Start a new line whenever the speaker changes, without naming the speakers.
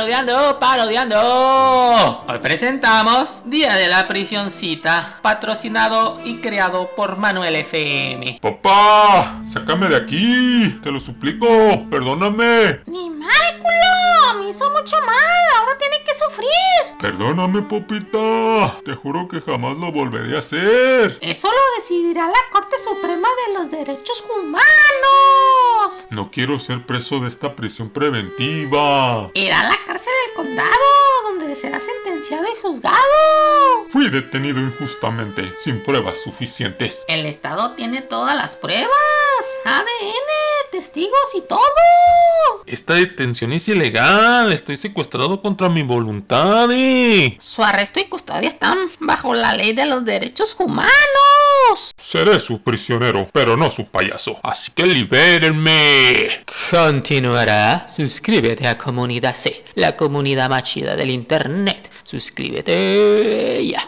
Parodiando, parodiando. Hoy presentamos Día de la Prisioncita, patrocinado y creado por Manuel FM.
¡Papá! ¡Sácame de aquí! ¡Te lo suplico! ¡Perdóname!
¡Ni mal, culo! ¡Me hizo mucho mal! ¡Ahora tiene que sufrir!
¡Perdóname, Popita! Te juro que jamás lo volveré a hacer.
Eso lo decidirá la Corte Suprema de los Derechos Humanos.
No quiero ser preso de esta prisión preventiva.
Irá a la cárcel del condado, donde será sentenciado y juzgado.
Fui detenido injustamente, sin pruebas suficientes.
El Estado tiene todas las pruebas, ADN, testigos y todo.
Esta detención es ilegal. Estoy secuestrado contra mi voluntad. eh.
Su arresto y custodia están bajo la ley de los derechos humanos.
Seré su prisionero, pero no su payaso. Así que libérenme.
Continuará. Suscríbete a Comunidad C, la comunidad más chida del internet. Suscríbete ya.